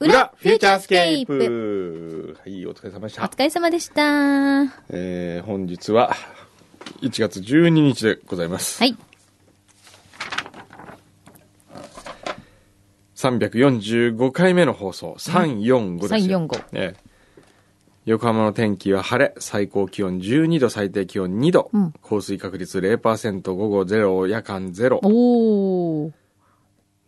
裏フューチャースケーおプはいお疲れ様でした疲、れ様でした。はえー、本日は1月12日でございます、い。 345回目の放送345ですよ、 345ええ横浜の天気は晴れ最高気温12度最低気温2度、うん降水確率0%午後0夜間0おー。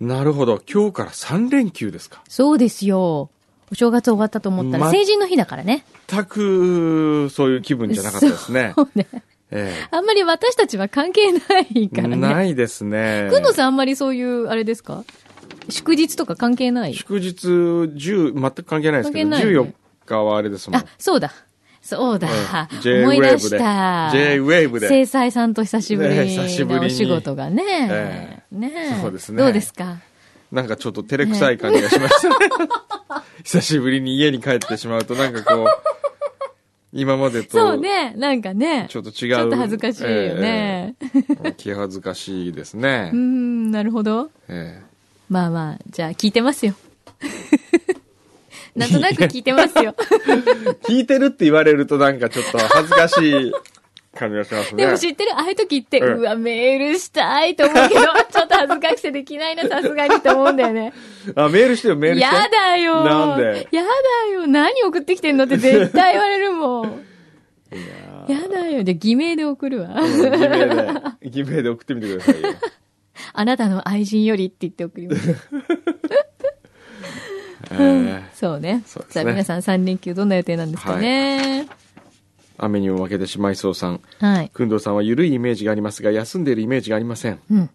なるほど今日から3連休ですかそうですよ。お正月終わったと思ったら、ま成人の日だからね。全くそういう気分じゃなかったですね そうね。ええあんまり私たちは関係ないからね。ないですねくんのさんあんまりそういう、あれですか祝日とか関係ない祝日10全く関係ないですけど、関係ないよ14ね日はあれですもんあ、そうだ。そうだ。ええ思い J-Wave 出した。で J-Wave で制裁さんと久しぶりねえ久しぶりのにお仕事がねえ。ねえそうですねどうですかなんかちょっと照れくさい感じがしました、ね、 久しぶりに家に帰ってしまうとなんかこう今までとそうね。なんかね。ちょっと違うちょっと恥ずかしいよね。ええ気恥ずかしいですねうー、ん、なるほど。えまあまあ、じゃあ聞いてま すよ。なんとなく聞いてますよ。え聞いてるって言われるとなんかちょっと恥ずかしい感じがしますねでも知ってるああいう時って、ええうわ、メールしたいと思う けど、ちょっと恥ずかしくてできないな、さすがにと思うんだよね。あメールしてよメールしてやだよなんでやだよ何送ってきてんのって絶対言われるもん。やだよじゃあ偽名で送るわ。うん偽名で偽名で送ってみてくださいよあなたの愛人よりって言って送ります。ええ そうね。そうですさねあ皆さん3連休どんな予定なんですかね。雨にも負けてしまいそうさんはい。工藤さんは緩いイメージがありますが休んでいるイメージがありませんうん。 よ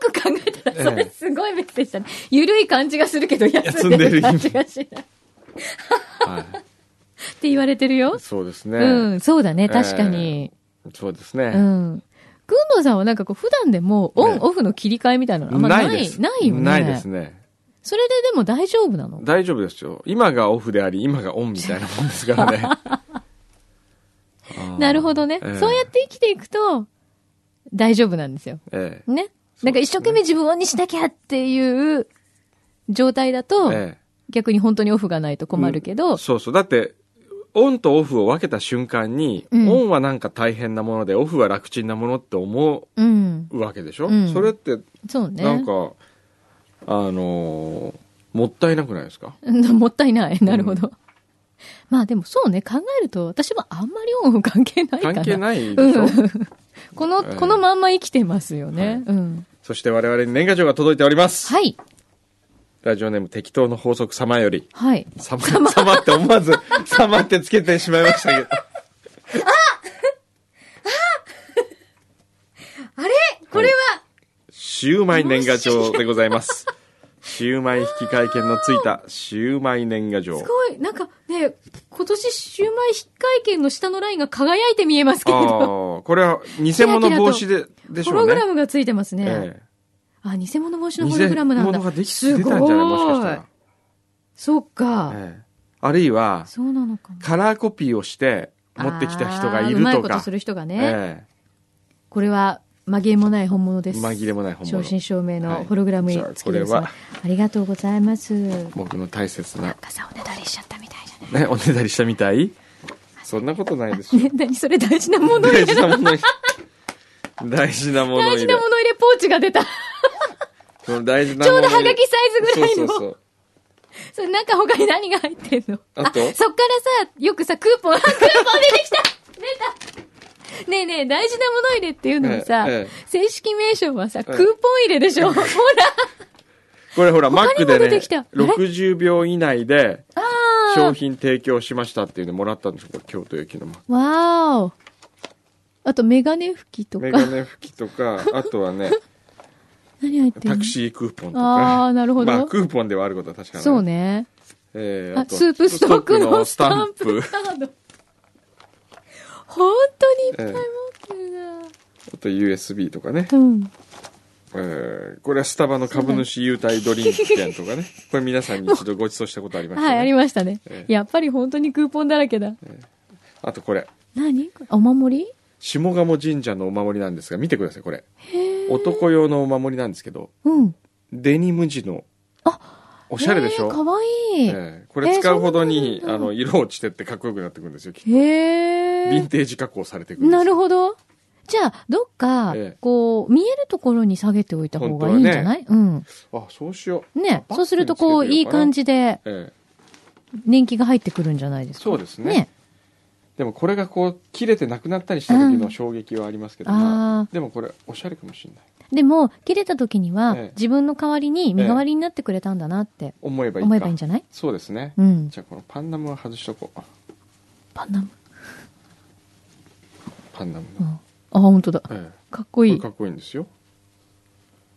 く考えたら、それすごいメッセージだね。ゆるい感じがするけど、休んでる感じがしない。って言われてるよ。そうですね、うん、そうだね、確かに。そうですね、うん。くんのさんはなんかこう、普段でもオええン、オフの切り替えみたいなのあんまなでい、すないよね。ないですねそれででも大丈夫なの大丈夫ですよ今がオフであり今がオンみたいなもんですからね なるほどね、ええそうやって生きていくと、大丈夫なんですよ。ええね。なんか一生懸命自分をオンにしなきゃっていう状態だと、ええ逆に本当にオフがないと困るけど、そうそうだってオンとオフを分けた瞬間に、うんオンはなんか大変なものでオフは楽ちんなものって思うん。うわけでしょ、うんそれってそうね。なんか、あのーもったいなくないですかうん もったいない。なるほど。 まあでもそうね、考えると、私もあんまりオンオフ関係ないかな。関係ないでしょ、うん この、ええこのまんま生きてますよね。うん。そして我々に年賀状が届いております。はい。ラジオネーム適当の法則様より。はい。様、様って思わず、 様ってつけてしまいましたけど。あれ これは、シウマイ年賀状でございます。シウマイ引換券のついたシウマイ年賀状す。ごい、なんかね、今年シューマイ引換券の下のラインが輝いて見えますけああれど、ー、これは偽物防止で、でしホょロうグね。ラムがついてますね。えあ、偽物防止え。のホログラムなん偽だ。物ができす出ごいたんじゃないもしかしたら。そっか、ええあるいは、そうなのかな。カラーコピーをして持ってきた人がいるあーうまいとことかす。る人がね。えこれは紛れもない本物えです。紛れもない本正真物。正銘のホログラムはい付じゃあきでですね、これはありがとうございます。僕の大切な、傘おねだりしちゃったみたいじゃないね、おねだりしたみたいそんなことないでしょ。 ね、何それ大事 なもの入大れ。事なもの入れ。大事なもの大入事れな。もの入れポーチが出た。ち その大事なょうものどハ入れガキサイズぐらいその。うそそうそう。れなんか他に何が入ってんのあとそっからさ、よくさ、クーポン、クー ポン出てきた出たねえねえ、大事なもの入れっていうのはさ、ええええ正式名称はさ、クえーポン入れでしょ、ほらこれほら、マックで出ねてきた、あれ60秒以内であー 商品提供しましたっていうのもらったんですよ、京都駅の。わーお。あと、メガネ拭きとかメ。ガネ拭きとか、あとはね、何入ってるタのクシークーポンとか。あーなるほどまあ、クーポンではあることは確かに。そう。ね。えー、ああ、とスープストックのススタタンンププ。 カード。本当にいっぱい持ってるな。あと USB とかね。うん。えーこれはスタバの株主優待ドリンク券とか ね。これ皆さんに一度ご馳走したことありましたね。はい、ありましたねえ。えやっぱり本当にクーポンだらけだ。あとこれ。何これお守り下鴨神社のお守りなんですが、見てください、これ。男用のお守りなんですけど、うん。デニム地の。おしゃれでしょ、えーかわいい。ええこれ使うほどにえ、ーそんなあのの、色落ちてってかっこよくなってくるんですよ。へヴィンえ。テージ加工されてくるんですなるほど。じゃあ、どっかええ、こう、見えるところに下げておいた方がいいんじゃない、うん。あ、そうしよう。ねあ。そうすると、こう、いい感。じで、バッグにつけてみようかなええ年季が入ってくるんじゃないですか。そうですねね。でもこれがこう、切れてなくなったりした時の衝撃はありますけど、まああでもこれ、おしゃれかもしれない。でも、切れた時には、ええ自分の代わりに、身代わりになってくれたんだなって、思えばいいか。思えばいいんじゃないそうですね。うん。じゃあこのパンナムは外しとこう。パンナム。パンナムうの。ん。あ、本当だ。ええかっこいこれいか。っこいいんですよ。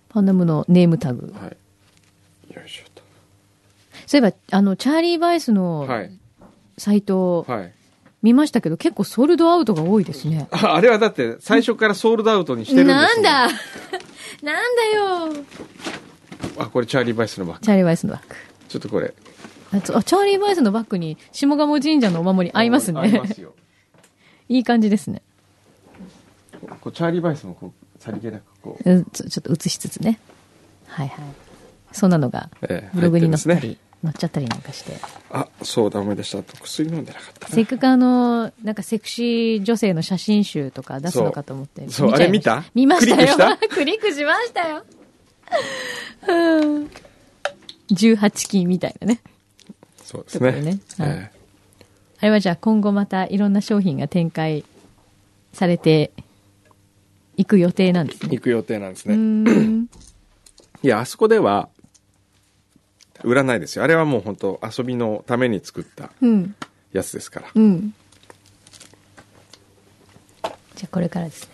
パンナムのネームタグ。はい。よいしょと。そういえば、あの、チャーリー・バイスのはい。サイトはい。見ましたけど、結構ソールドアウトが多いですね。ああれはだって、最初からソールドアウトにしてるんですなよんだ なんだよあ、これチャーリー・バイスのバッグ。チャーリー・バイスのバッグ。ちょっとこれ。あつあチャーリー・バイスのバッグに下鴨神社のお守り合います合いまね。すよ。 いい感じですね。こうチャーリー・バイスもこう、さりげなくこう。うんちょちょっと映しつつね。はいはい。そんなのがええブログに載った入ってまり、載っちゃったりなんかして。あ、そうだ、思い出した。あと薬飲んでなかったなせっかくあの、なんかセクシー女性の写真集とか出すのかと思って。そうちゃいましあれ見見またしたクリックしよ。たク リックしましたよ。うん18金みたいなね。そうですね。ちょっとねはいええあれはじゃあ今後またいろんな商品が展開されていく予定なんですね。行く予定なんですうね。ーん。いや、あそこでは、売らないですよ。あれはもう本当遊びのために作ったうん。やつですから。うん。じゃあこれからです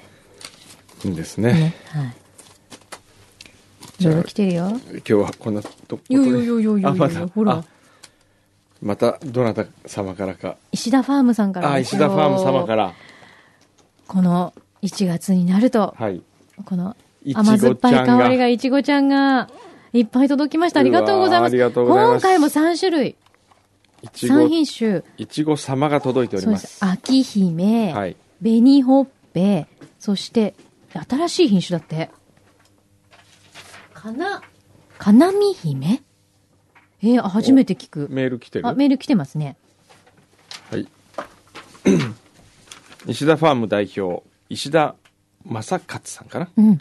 いいんです ね。ね。ね。はい。いろいろ来てるよ。今日はこんなとこよといでよいよいよいよあ、いまよだ。ほらあ。また、どなた様からか。石田ファームさんからあ、です石よ田ファーム様から。この1月になると、はい。このいちごちゃんが甘酸っぱい香りがいちごちゃんがいっぱい届きました。ありがとうございます。うわーありがとうございます今回も3種類、いちご3、品種。いちご様が届いておりそうま。ですす。秋姫、はい。紅ほっぺ、そして新しい品種だって。かな、かなみ姫えー、あ初めて聞く。メール来てるあ、メール来てますね。はい。 石田ファーム代表、石田正勝さんかなうん。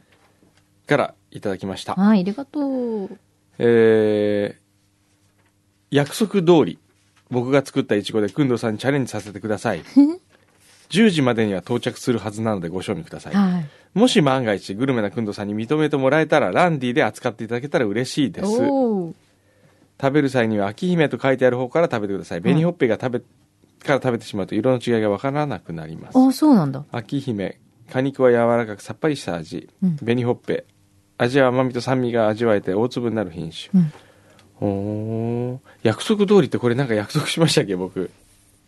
からいただきました。はい、ありがとう。えー約束通り、僕が作ったイチゴでくんどさんにチャレンジさせてくださ い。10時までには到着するはずなのでご賞味ください。はい。もし万が一、グルメなくんどさんに認めてもらえたら、ランディで扱っていただけたら嬉しいです。おー食べる際には秋姫と書いてある方から食べてください。紅ほっぺが食べ、から食べてしまうと色の違いがわからなくなります。あ、そうなんだ。秋姫果肉は柔らかくさっぱりした味、うん紅ほっぺ味は甘みと酸味が味わえて大粒になる品種、うんおー約束通りってこれなんか約束しましたっけ僕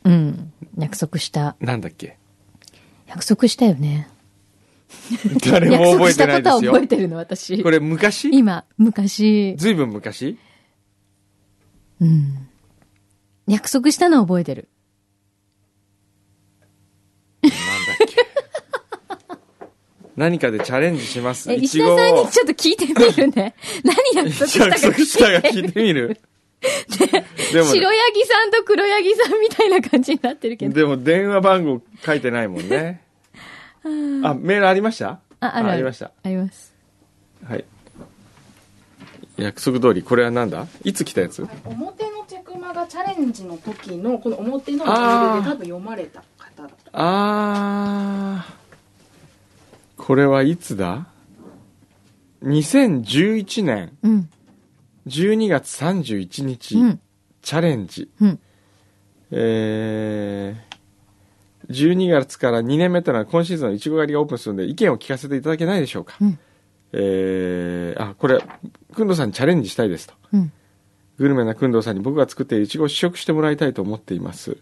うん。約束した。なんだっけ約束したよね。 誰約も覚束えしたてなこいでとはすよ覚えてるの、私。これ昔今、昔。ずいぶん昔うん。約束したのは覚えてる。なんだっけ何かでチャレンジしますえ、いち石田ごをさんにちょっと聞いてみる ね。何約束したか約束したが聞いてみる でも白ヤギさんと黒ヤギさんみたいな感じになってるけど。でも電話番号書いてないもん ねあメールありましたあ、あるある。ありましたあります。はい。約束通り、これはなんだいつ来たやつ表のチェクマがチャレンジの時のこの表のメールで多分読まれた方だとあー。これはいつだ ?2011 年うん。 12月31日、うん。チャレンジ。うん。えー、12月から2年目というのは今シーズンのいちご狩りがオープンするので意見を聞かせていただけないでしょうか。うんえー、あ、これ、くんどさんにチャレンジしたいですと。 うん。グルメな工藤さんに僕が作っているイチゴを試食してもらいたいと思っています、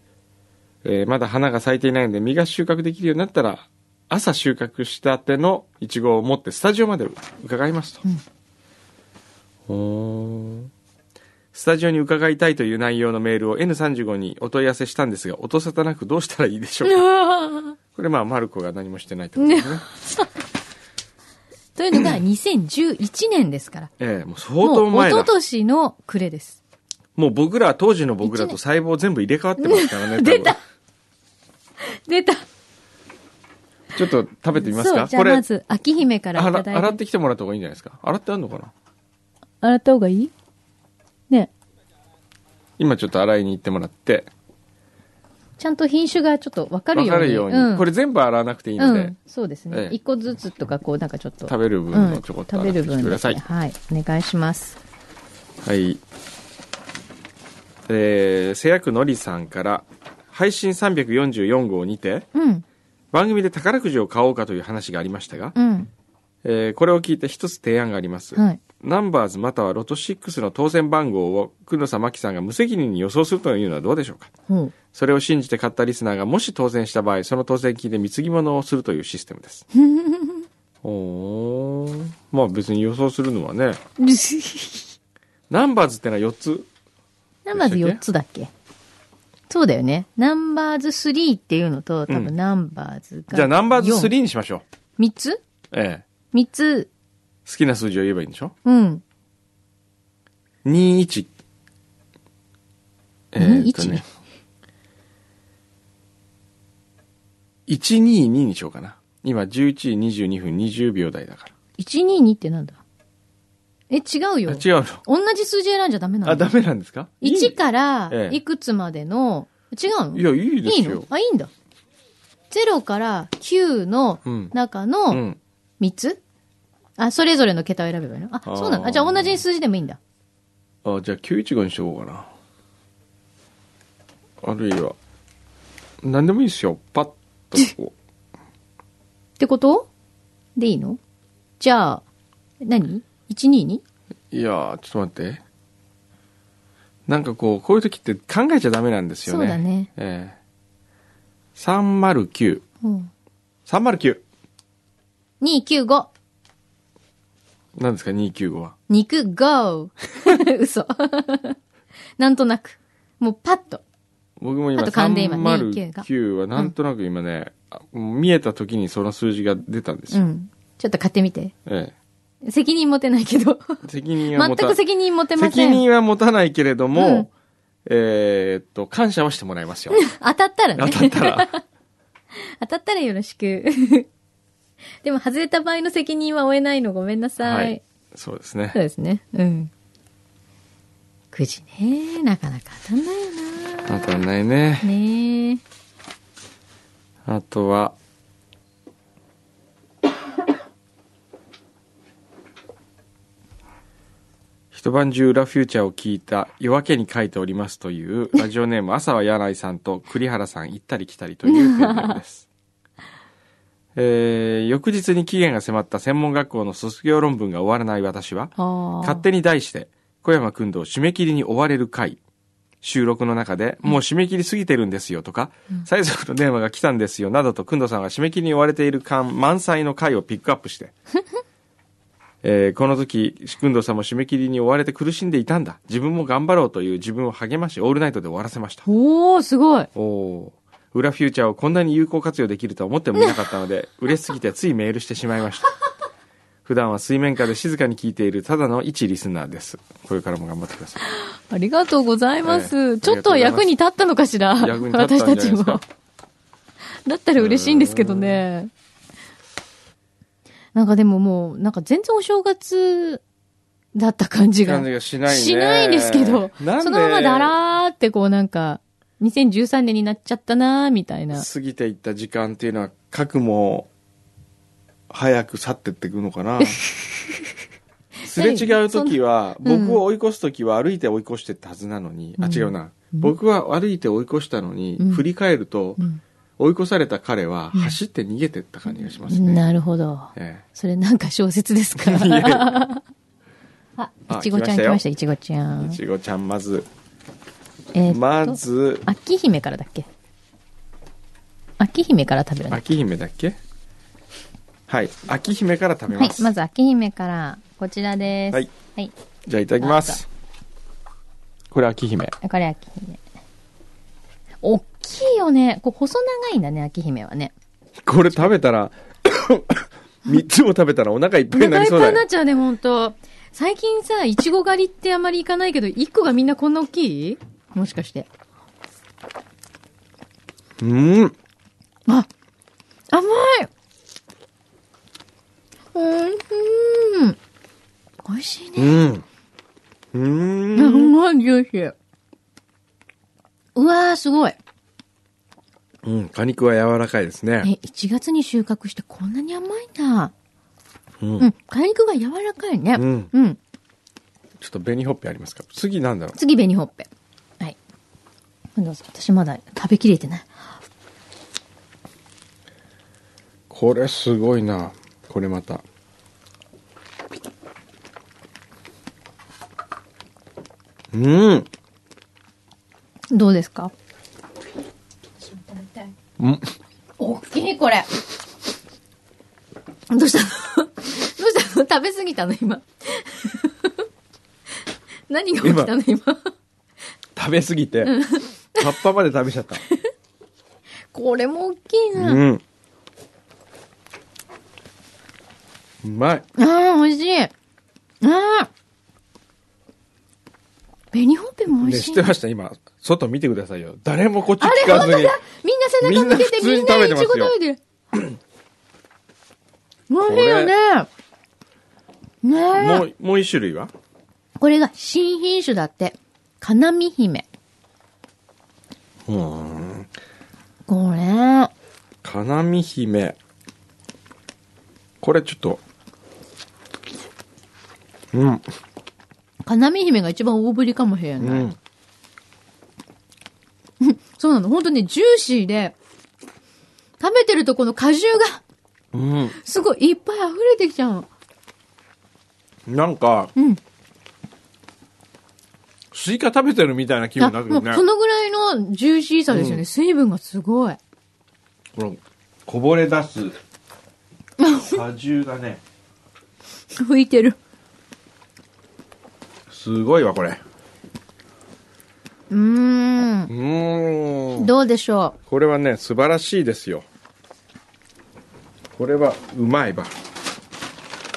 えーまだ花が咲いていないので実が収穫できるようになったら朝収穫したてのイチゴを持ってスタジオまで伺いますと、おースタジオに伺いたいという内容のメールを N35 にお問い合わせしたんですが音沙汰なくどうしたらいいでしょうかあーこれまあマルコが何もしてないってことですね。というのが2011年ですから。ええもう相も当う、前一だ昨。年の暮れです。もう僕ら、当時の僕らと細胞全部入れ替わってますからね。多分 出た出た。ちょっと食べてみますそう、かじゃこあれ、まず、秋姫からいあただらいて。洗ってきてもらった方がいいんじゃないですか洗ってあんのかな洗った方がいいね今ちょっと洗いに行ってもらって、ちゃんと品種がちょっと分かるわように。かるように。これ全部洗わなくていいので、うん、そうですえね。え一個ずつとか、こう、なんかちょっと。食べる分のちょこっとうん洗食べってるきて分ください。ですねはい、お願いします。はい。えー、瀬谷区のりさんから、配信344号にて、うん、番組で宝くじを買おうかという話がありましたが、うん、えーこれを聞いて一つ提案があります。はい。ナンバーズまたはロト6の当選番号を、くのさまきさんが無責任に予想するというのはどうでしょうかほう。それを信じて買ったリスナーがもし当選した場合、その当選金で貢ぎ物をするというシステム です。おーまあ別に予想するのはね、ナンバーズってのは4つ。 ナンバーズ4つだっけそうだよね。ナンバーズ3っていうのと、多う分んナンバーズが。じゃあナンバーズ3にしましょ ?3 つう。ええ。 ?3 つ。好きな数字を言えばいいんでしょうん。 ?21。えーっとね。122にしようかな。今11時22分20秒台だから。 122ってなんだえ、違うよあ、。違うの。同じ数字選んじゃダメなあ、のダメなんですか ?1 からええいくつまでの、違うのいや、いいですいよ。のあ、いいんだ。0から9のうん中うのん。 3つ、あ、それぞれの桁を選べばいいのあ、あーそうなのあじゃあ同じ数字でもいいんだ。あ、じゃあ915にしようかな。あるいは、何でもいいですよ。パッと こう。ってことでいいのじゃあ、何 ?122? いやー、ちょっと待って。なんかこう、こういう時って考えちゃダメなんですよね。そうだね。ええ309。うん。 309。 295。何ですか、295は。肉 GO! 嘘。なんとなく。もうパッと。僕も今、あと勘で今209が309はなんとなく今ね、あもう見えた時にその数字が出たんですうよ。ん。ちょっと買ってみて。え責任持てないけど。え責任は全持たく責任持てませ責ん。任は持たないけれども、うんえーっと、感謝はしてもらい ますよ。当たったらね当。たったら。 当たったらよろしく。 でも外れた場合の責任は負えないのごめんなさい。はいそうですねそう。ですね。うん。くじね。なかなか当たんないよ当な。たんないね。ねえ。あとは、一晩中裏フューチャーを聞いた夜明けに書いておりますというラジオ ネーム朝は柳井さんと栗原さん行ったり来たりというペンネームです。えー翌日に期限が迫った専門学校の卒業論文が終わらない私は、ああ。勝手に題して小山君堂締め切りに追われる回収録の中で、もう締め切り過ぎてるんですよとか、催促の電話が来たんですよなどと、くんどさんが締め切りに追われている感満載の回をピックアップ して、えーこの時、くんどさんも締め切りに追われて苦しんでいたんだ。自分も頑張ろうという自分を励まし、オールナイトで終わらせました。おー、すごい。おおー。裏フューチャーをこんなに有効活用できるとは思ってもいなかったの で、嬉しすぎてついメールしてしまいました。普段は水面下で静かに聞いているただの一リスナーです。これからも頑張ってください。 ありがとうございまえす。えちょっとは役に立ったのかしら役に立ったんじゃ私ないでたちすも。か だったら嬉しいんですけどね。なんかでももう、なんか全然お正月だった感じが感。じがしないね。しないんですけど、そなんでのままだらーってこうなんか、2013年になっちゃったなーみたいな。過ぎていった時間っていうのは、核も早く去ってってくのか な。すれ違う時は、そん僕を追い越す時は歩いて追い越してったはずなのに、あ、うん違うな。うん僕は歩いて追い越したのに、うん振り返ると、うん追い越された彼はうん走って逃げてった感じがしますね。なるほど。えそれなんか小説ですかいやい あ、いあちごちゃん来来ままししたた、いちごちゃえ。い ん。ちごちゃん、まず、えーっとまず、秋姫からだっけ秋姫から食べるの秋姫だっけはい。秋姫から食べはいま、す。まず秋姫から、こちらです。はい。はい。じゃあいただきます。これ秋姫。こ れ秋姫。おっきいよね。こう細長いんだね、秋姫はね。これ食べたら 3つも食べたらお腹いっぱいになり腹いそっぱういだになっよちゃうね、本当最近さ、いちご狩りってあまり行かないけど、一個がみんなこんな大きいもしかして。うんあ、甘いおいしい。美味しいね。うんうすんごいジューシー。うわー、すごい。うん果肉は柔らかいですねえ、1月に収穫してこんなに甘いんだ。うんうん、果肉が柔らかいね。うんうん。ちょっと紅ほっぺありますか次なんだろ次、紅ほっぺ。はい。どうぞ。私まだ食べきれてない。うこれすごいなこれまたうんどうですかうん大きい、これ。どうしたの どうしたの食べ過ぎた の、今。何が起きたの、今。食べ過ぎて葉っぱまで食べちゃったこれも大きいな。あうんうまいあ、美味しい。ああ。紅ほっぺも美ね、味し知いっな。てました今外見てくださいよ誰もこっちあ聞れ、か本ず当にだみんな背中向けて、みみんんなな普通に食べいてちますごよ食べてる。美味しいよね。もねえ。うもう一種類はこれが新品種だって。金見姫。うんこれ。金見姫これちょっとうん金見姫が一番大ぶりかもしれうない。んそうなの。本当にジューシーで、食べてるとこの果汁が、うんすごいいっぱい溢れてきちゃうの。なんかうん。スイカ食べてるみたいな気分になあるもようねそのぐらいのジューシーさですよね。うん水分がすごい。このこぼれ出す果汁がね 浮いてる。すごいわこれうーん。うーんどうでしょこれはね素晴らしいですよこれはうまいば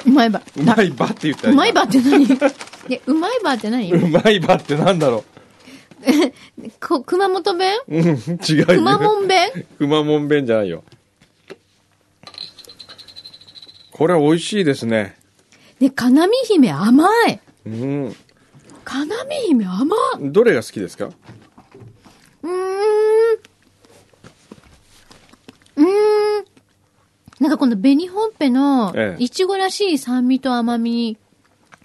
ううまいば。うまいばって言ったらうまいばばって何 ね、うまいばって何うまいばってなんだろこ熊本弁ううん違うよ熊本弁くまもん弁じゃないよこれ美味しいですねね、金見姫甘いうん金見姫甘っどれが好きですかうーん。うーん。なんかこの紅ほっぺのえ、えいちごらしい酸味と甘み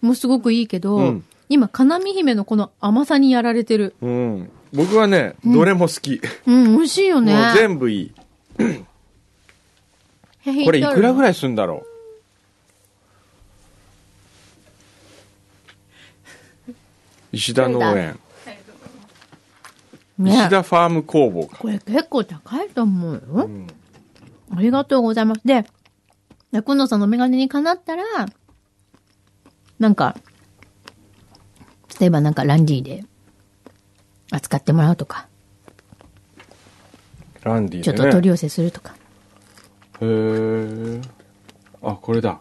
もすごくいいけど、うん今、金見姫のこの甘さにやられてる。うん僕はねどれも好き、うん、美味しいよね。もう全部いいこれいくらぐいらいすんだろう石田農園ね石田ファーム工房か、これ結構高いと思うよ。うんありがとうございます。で、くんのさんのメガネにかなったら、なんか、例えばなんかランディで扱ってもらうとか、ランディちでょっねと取り寄せするとか。へえあこれだ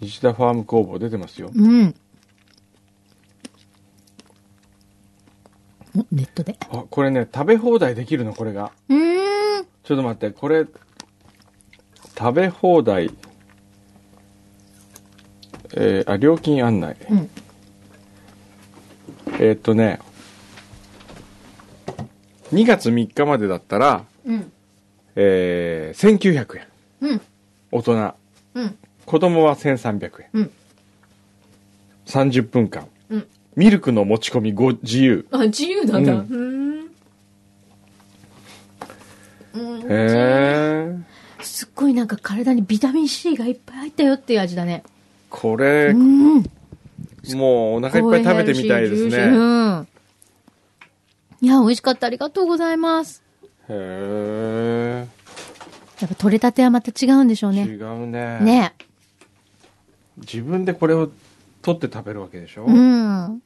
石田ファーム工房出てますようん。おネットで。あこれね食べ放題できるのこれがうーん。ちょっと待ってこれ食べ放題えーあ料金案内、うんえーっとね2月3日までだったら、うん。えー、1900円うん。大人うん。子供は1300円うん。 30分間うん。ミルクの持ち込みご自由あ、自由なんだ。ううんーん。うん、へえすっごいなんか体にビタミン C がいっぱい入ったよっていう味だね。これうん。もうお腹いっぱい食べてみたいですヘルシージューシねーうん。いや、美味しかった。ありがとうございます。へやっぱ取れたてはまた違うんでしょうえね。違うねね。自分でこれを取って食べるわけでしょ、うん。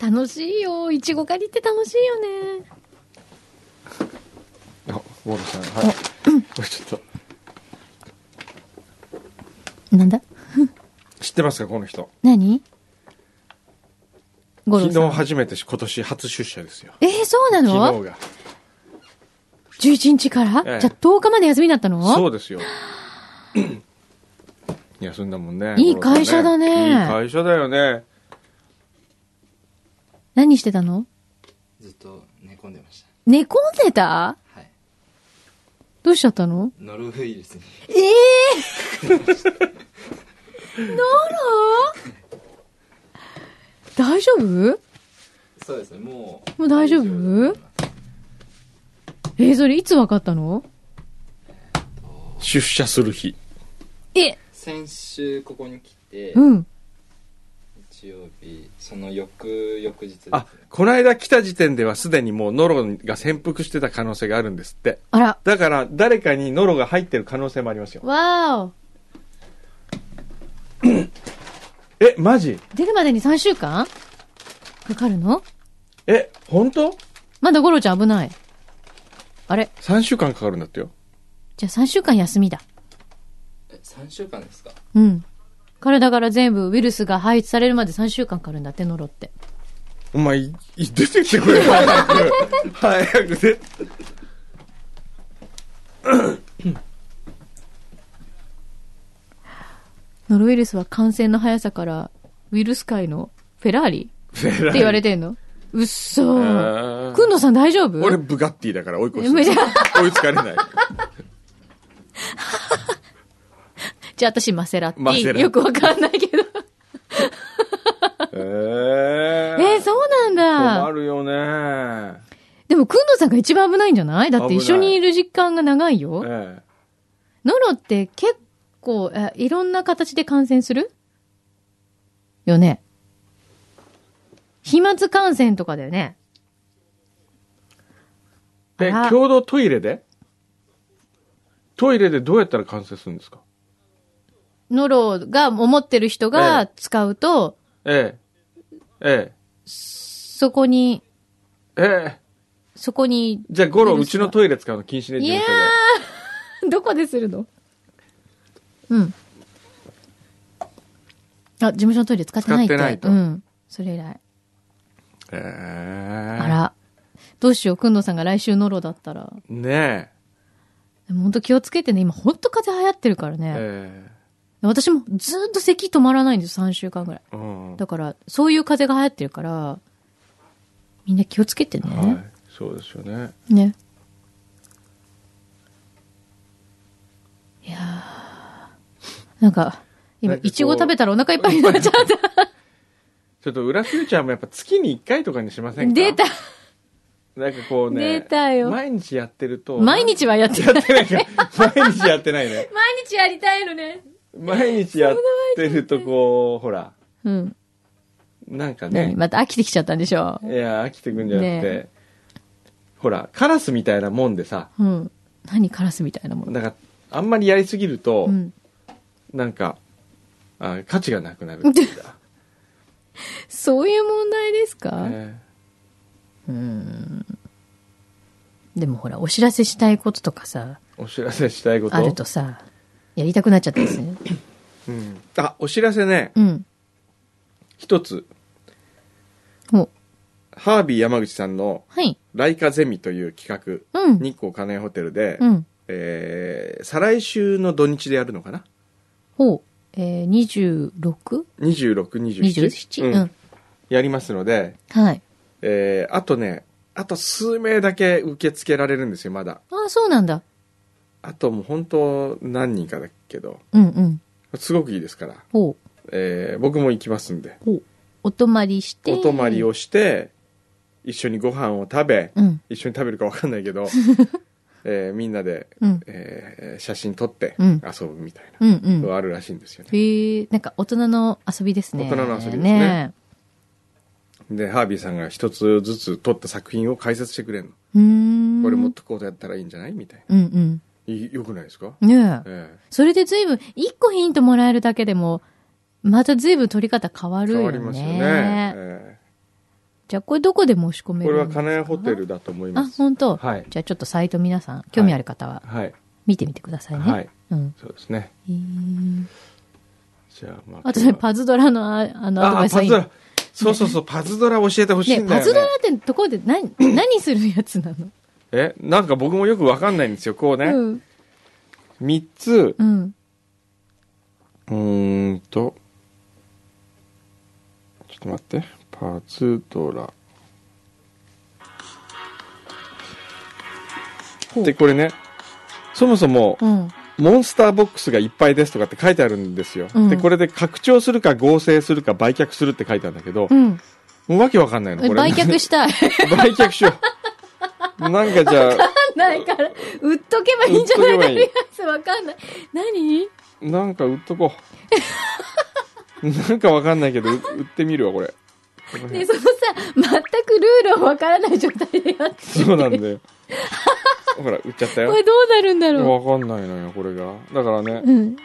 楽しいよ。いちご狩りって楽しいよね。あウォールさんはいこれちょっなんだと知ってますかこの人何ゴ昨ロ日さん。初めてし今年初出社ですよえー、そうな昨日のが ?11 日から、ええじゃあ10日まで休みだったのそうですよ 休んだもんねいい五郎さん会社だねいい会社だよね何してたのずっと寝込んでまし寝込んでたたはいどうしちゃったのノロウイルスにええー、ノロ大丈夫そうですねもうもう大丈夫だと思いますえー、それいつ分かったの出社する日え、先週ここに来て、うん。日曜日その翌翌日ですねあこの間来た時点ではすでにもうノロが潜伏してた可能性があるんですってあら。だから誰かにノロが入ってる可能性もありますよわえマジお。出るまでに3週間かかるのえ本当まだゴロちゃん危ない。あれ3週間かかるんだってよじゃあ3週間休みだ。え3週間ですかうん。体から全部ウイルスが排出されるまで3週間かかるんだって、ノロって。お前いい出てきてくれよ早く 早く出てノロウイルスは感染の速さから、ウイルス界のフェラーリって言われてんのうっそー。あーくんのさん大丈夫俺ブガッティだから追い越無理して追いつかれないじゃあ私マセラテマセラティィ。よくわかんないけど。 ええー、ー、そうな困んだ。るよねでもくんのさんが一番危ないんじゃないだって一緒にいる時間が長いよ。えノロって結構、えいろんな形で感染するよね。飛沫感染とかだよね。えであら共同トイレでトイレでどうやったら完成するんですかノロが思ってる人が使うと、えええそこに、えええそこに、じゃあゴロウイうルスちがのトイレ使うの禁止ねい事や務所でー、 どこでするのうん。あ、事務所のトイレ使ってないって。使ってないとうん。それ以来。ええあら。どうしよう、くんのさんが来週ノロだったら。ねでも本当気をつけてね、今本当風邪流行ってるからえね。え私もずーっと咳止まらないんですよ、3週間ぐらい。えうんだから、そういう風邪が流行ってるから、みんな気をつけてね。はいそうですよねね。いやーなんか、今、なんかこういちご食べたらお腹いっぱいになっちゃった。ちょっと裏フューチャーもやっぱ月に1回とかにしませんか出たなんかこうね出たよ毎日やってると毎日はやってやる。ってないか 毎日やってないね毎日やりたいのね。毎日やってるとこうほらうん。なんかね何また飽きてきちゃったんでしょいや飽きてくんじゃなくて、ねほらカラスみたいなもんでさう。うん。何カラスみたいなもの。なんかあんまりやりすぎると、うん。なんかあ価値がなくなるっていうかそういう問題ですか、ねでもほら、お知らせしたいこととかさ、お知らせしたいことあるとさ、やりたくなっちゃったんです ね。うん、あお知らせねうん。一つお、ハービー山口さんのはい。 「ライカゼミ」という企画、うん日光金谷ホテルで、うん。えー再来週の土日でやるのかなほう。えー、26?27? 2627、うんうん。やりますので、はい。えーあとねあと数名だけ受け付けられるんですよまだああ、そうなんだ。あともう本当何人かだけどうんうん。すごくいいですから、ほう。えー僕も行きますんでほう。お泊まりして。お泊まり。をして一緒にご飯を食べうん。一緒に食べるか分かんないけど、 えーみんなで、うん。えー写真撮ってうん遊ぶみたいな、うんうん。あるらしいんですよねへえ、なんか大人の遊びですね。大人の遊びですねねでハービーさんが一つずつ撮った作品を解説してくれるうーん。のこれもっとこうやったらいいんじゃないみたいうんないよくないですか、うん。ねえ。えそれで随分、一個ヒントもらえるだけでも、また随分取り方変わえるよね。変わりますよね、えじゃあこれどこで申し込めこるんれですはか金谷ホテルだと思いまあ、す。本当。はいじゃあちょっとサイト皆さん、興味ある方ははい。見てみてくださいね。はいうん。そうですね。えーじゃあ、まあ。あとね、パズドラのああのアドあバあイスはパいズドいラ。そうそうそう、パズドラ教えてほしいね、んだよ、ね。パズドラってところで何、何するやつなのえ、なんか僕もよくわかんないんですよ。こうねう。ん。三、つ、うん。うーんと。ちょっと待って。パズドラ。ほうで、これね。そもそも、うん。モンスターボックスがいっぱいですとかって書いてあるんですよ。うんで、これで拡張するか合成するか売却するって書いてあるんだけどう、ん。もうわけわかんないの、これ。売却したい。売却しよう。なんかじゃあ、ないから、売っとけばいいんじゃな売っとけいばといいりあえずわかんない。何なんか売っとこう。なんかわかんないけど、う売ってみるわ、これ。で、そのさ、全くルールをわからない状態でやって。そうなんだよ。ほら、売っちゃったこよ。れどうなるんだろわかんないのよ、これが。だからう。ね、うん。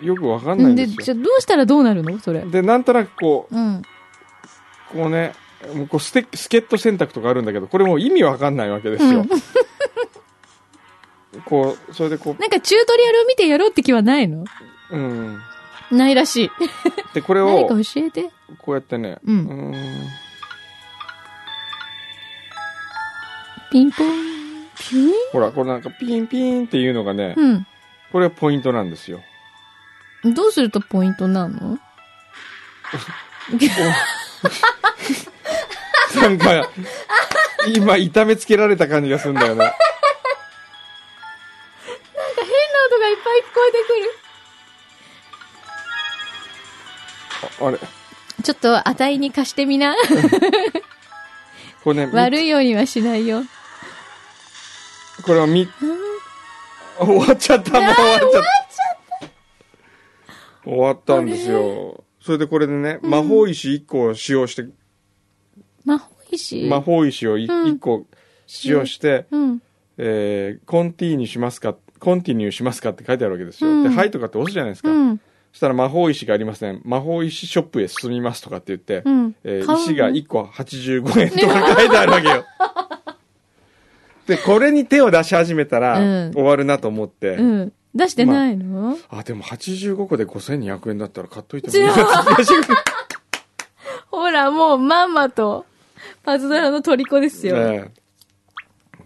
よくわかんないんで、ですじよ。ゃあどうしたらどうなるのそれ。で、なんとなくこう、うん。こうね、もうこうステスケット選択とかあるんだけど、これもう意味わかんないわけですよ。こう、それでこなんかチュートリアルを見てやろうって気はないのう、うん。ないらしい。で、これ何をか、教えて。こうやってね、うんーんピンポン。ピュイほら、これなんかピンピンっていうのがね、ンこれがポイントなんですよ。うん。どうするとポイントなのなんか、今、痛めつけられた感じがするんだよね。変な音がいっぱい聞ああこえてくる。れちょっと値に貸してみ な。これね、悪いようにはしないよ。みこれはみ、終わっちゃった、もう終わっちゃった。終わったんですよ。それでこれでね、魔法石1個を使用して、魔法石。魔法石をいうん1個使用して、うん。えーコンティーニュしますか、コンティニューしますかって書いてあるわけですよ。うで、んはいとかって押すじゃないですか。うん。そしたら魔法石がありません。魔法石ショップへ進みますとかって言って、うん。えー買うの石が1個85円とか書いてあるわけ よ。で、これに手を出し始めたら、うん終わるなと思って、うん。出してないのあ、でも85個で5200円だったら買っといてもいいなって気がしてくるほら、もうまんまと、パズドラの虜ですよ。ね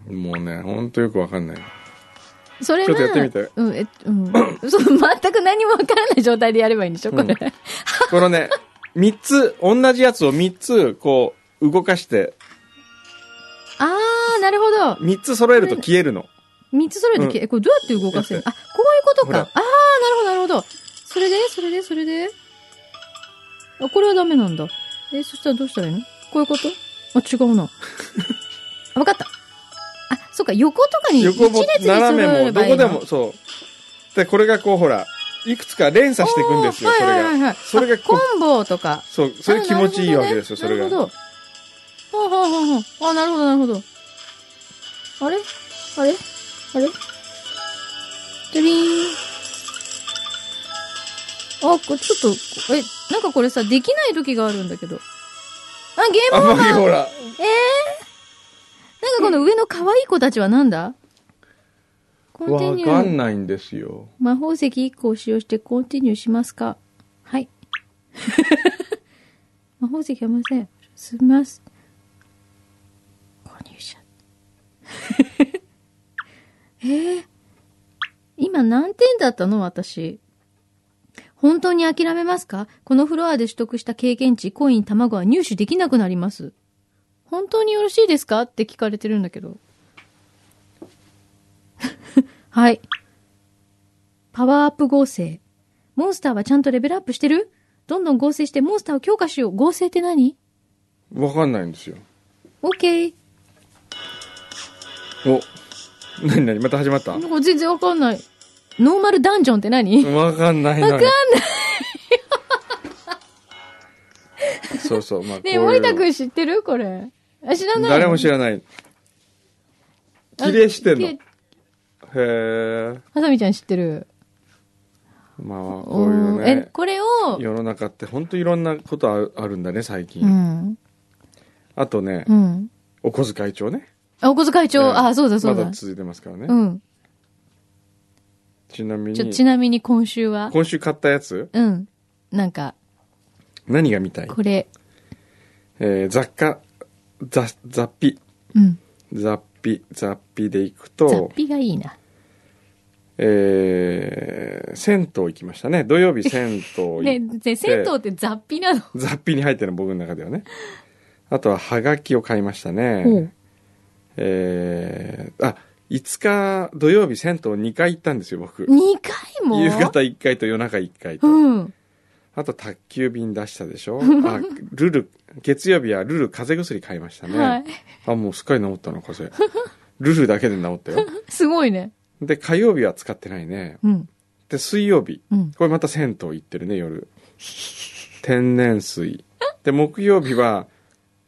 えもうね、ほんとよくわかんない。それは、ちょっとやってみてうん、え、うん。 そう、全く何もわからない状態でやればいいんでしょこれ。このね、3つ、同じやつを3つ、こう、動かして、あー、なるほど。 3つ揃えると消えるの。三つ揃えてき、うえ、これどうやって動かせるあ、こういうことほらか。あー、なるほど、なるほど。それで、それで、それで。あ、これはダメなんだ。え、そしたらどうしたらいいのこういうことあ、違うな。 あわかった。あ、そうか、横とかに一横列もに揃斜えめもれどばいいこのでもそうでこれがこうほらいくつか連鎖していくんですよおーそれはいはいはいがはいそれがコこンボとか。そうそれ気持ちいいわけですよそれあなるほがどねなるほど。ほうほうほうほう。あ、なるほど、なるほど。あれあれあれドゥリーン。あ、これちょっと、え、なんかこれさ、できない時があるんだけど。あ、ゲーあムオーまバりーほらなんかこの上の可愛い子たちはなんだコンティわニュかー。んないんですよ魔法石1個を使用してコンティニューしますかはい。 魔法石ありません。進みます。購入者。 えー、今何点だったの私。本当に諦めますかこのフロアで取得した経験値、コイン、卵は入手できなくなります。本当によろしいですかって聞かれてるんだけど。 はい。パワーアップ合成。モンスターはちゃんとレベルアップしてるどんどん合成してモンスターを強化しよう。合成って何わかんないんですよ ?OK。おなになにまた始まったなんか全然わかんない。ノーマルダンジョンって何わかんないなわかんないそうそうまあこういねえ、う森田くん知ってるこれ。あ、知らない誰も知ない。らないあ綺麗してんのきれいへえはさみちゃん知ってる。まあこういうおーえね、これを、世の中って本当いろんなことあるあるんだね最近、うん。あとね、うん。お小遣い帳ね。あ、お小遣い帳、ええあ、そうだそうまだ。だ続いてますからね。うん。ちなみちょ、に、ちなみに今週は、今週買ったやつ、うん。なんか、何が見たいこれ、えー雑貨、雑、雑費、うん。雑費、雑費で行く雑と、費がいいな。えー、銭湯行きましたね。土曜日銭湯行っ ね、て、で銭湯って雑費なの。雑費に入ってるの僕の中ではね。あとは、はがきを買いましたね。ほうえー、あ、5日土曜日銭湯2回行ったんですよ、僕。二回も夕方1回と夜中1回と。うん。あと宅急便出したでしょあ、ルル、月曜日はルル風邪薬買いましたね。はい。あ、もうすっかり治ったの、風邪。ルルだけで治ったよ。すごいね。で、火曜日は使ってないね。うん。で、水曜日。うん。これまた銭湯行ってるね、夜。天然水。で、木曜日は、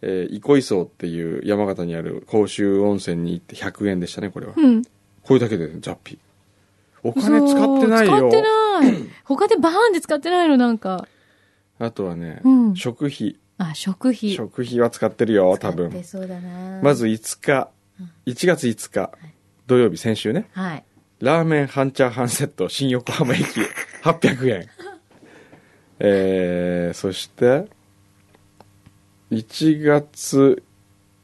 えー、憩い荘っていう山形にある公衆温泉に行って100円でしたね、これは。うん。これだけで雑費。お金使ってないそう使よっ。てない。他でバーンで使ってないの、なんか。あとはね、うん食費。あ、食費。食費は使ってるよ、多使って分。そうだな。まず。5日、1月5日、土曜日、先週ね。はい。ラーメン半チャーハンセッ ト、新横浜駅、800円。えー、そして、1月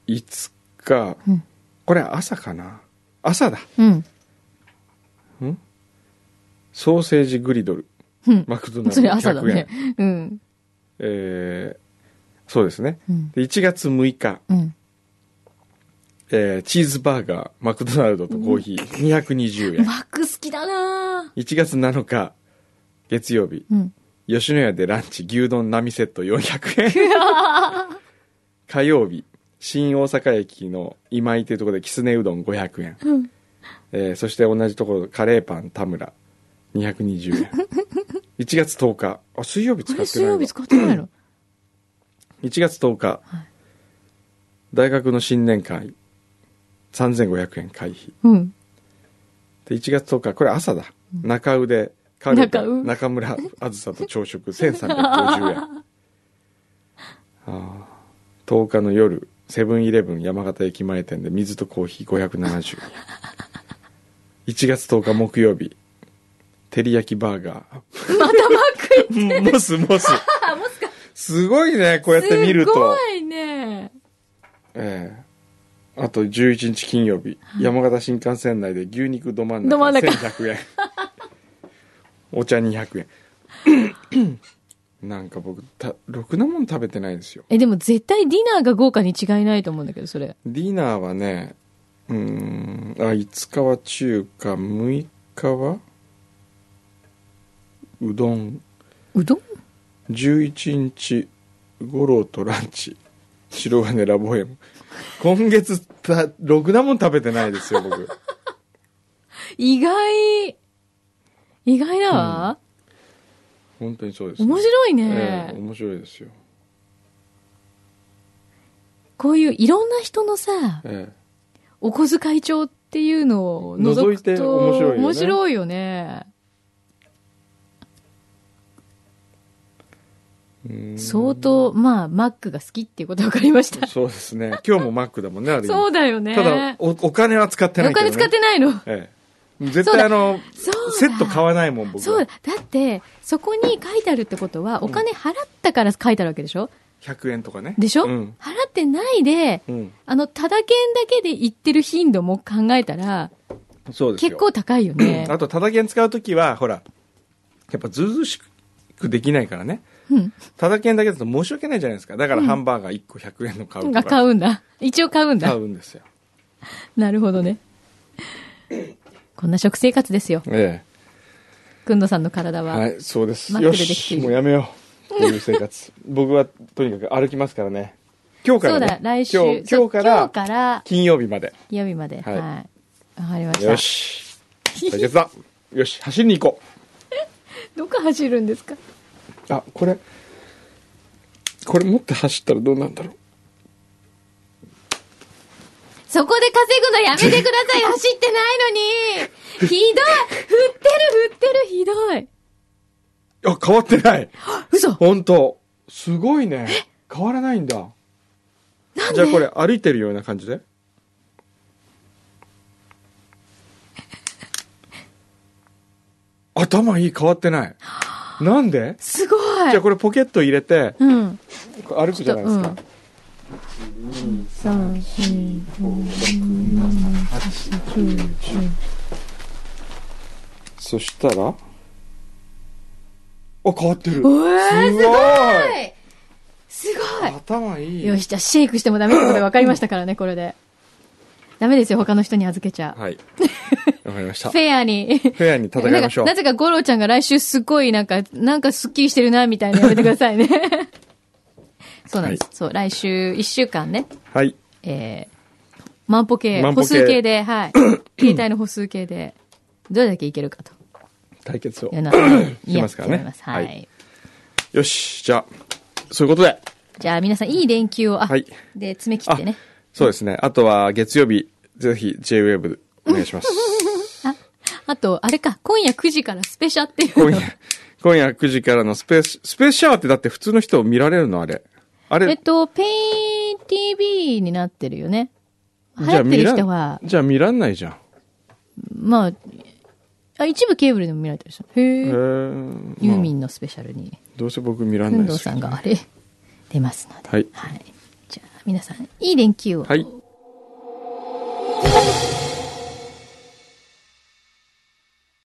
5日、うんこれ朝かな朝だ。うん。ソーセージグリドル。うん。マクドナルドそ100れ円。朝だね。うん。えーそうですね。うん。で1月6日、うん。えーチーズバーガー、マクドナルドとコーヒー、220円。マック好きだな1月7日、月曜日、うん。吉野家でランチ牛丼並セット400円 火曜日新大阪駅の今井というところできつねうどん500円、うんえーそして同じところカレーパン田村220円 1月10日あ水曜日使ってなあれ、い水曜日使ってないの1月10日、はい大学の新年会3500円会費うん。で1月10日これ朝だ中腕カルタ中腕中村あずさと朝食1350円あー10日の夜セブンイレブン山形駅前店で水とコーヒー570円1月10日木曜日照り焼きバーガーまたマ ックモスモスすごいねこうやって見るとすごいね。ええあと11日金曜日、山形新幹線内で牛肉ど真ん中ど真ん中1100円 お茶200円 なんか僕たろくなもん食べてないんですよえ、でも絶対ディナーが豪華に違いないと思うんだけど、それ。ディナーはねうーんあ5日は中華6日はうどんうどん11日五郎とランチ白金ラボエム今月たろくなもん食べてないですよ僕意外。意外だわ。本当にそうです、面白いええね。面白いですよ、こういういろんな人のさ、えお小遣い帳っていうのを覗くと覗いて面白いよね面白いよね。えうん相当、まあ、マックが好きっていうことが分かりました。そうですね今日もマックだもんねあれそうだよね。ただおお金は使ってなおいけど、ね、金使ってないの。ええ絶対あのそうだ。セット買わないもん僕そうはだ。だって、そこに書いてあるってことは、お金払ったから書いてあるわけでしょ100円とかねでしょ、うん、払ってないで、うん、あの、ただ券だけで行ってる頻度も考えたら、そうですよ結構高いよね。あとタダ券使う時はほらやっぱずうずうしくできないからねうん。タダ券だけだと申し訳ないじゃないですかだからハンバーガー1個100円の買うがと買かうんだ。一応買うん買だ。うんですよなるほどね。こんな食生活ですよ。えくんどさんの体えは。はいそうですマックよでできていしるもうやめようこういう生 活僕はとにかく歩きますからね今日かそら、うね、だ、来週。今日そ今日うから今日から金曜日まで金曜日まで。は。はいいわ、かりました。よし対決だよし走りに行こどこ走るんですかうあこれこれ持って走ったらどうなんだろうそこで稼ぐのやめてくだ さい走ってないのにひどい振ってる振ってるひどいあ変わってない嘘本当すごいね変わらないんだ何なんじゃあでこれ歩いてるような感じで頭いい変わってないなんですごいじゃあこれポケット入れてうん。歩くじゃないですか、三、四、五、六、七、九、十。そしたらあ変わってるうわー、すすごいごいすご頭いいいよし、じゃあシェイクしてもダメってことが分かりましたからね、これで。ダメですよ、他の人に預けちゃ。はい わかりましたフフェアに。ェアに戦いましょうなんかなぜかゴロちゃんが来週すごいなんか、なんかスッキリしてるな、みたいなやめてくださ いね。そうなんです。はそう、来週1週間ね、はいえー、万歩計、万歩歩計数計で、 はい。携帯の歩数計で、どれだけいけるかと。対決をいうのは、は いしますからねやってみますは。はいよしじゃあそういうことでじゃあ皆さん、いい連休を、あ、はいで、詰め切ってね。そうですねあとは月曜日ぜひ JWAVE お願いします あと、あれか、今夜9時からスペシャっていう今の夜、今夜9時からのスペース、スペースシャワーってだって普通の人見られるのあれ。あえっれ、と、ペイン TV になってるよね。流じゃあ行って見るら人は、じゃあ見らんないじゃん。まあ、あ、一部ケーブルでも見られてるでしょ。えへえ。ー、ユーミまンのスペシャルに、あどうせ僕見らんなくいんでどうすけさどんがあれ、出ますので。はいじゃあ、皆さん、いい連休を。はい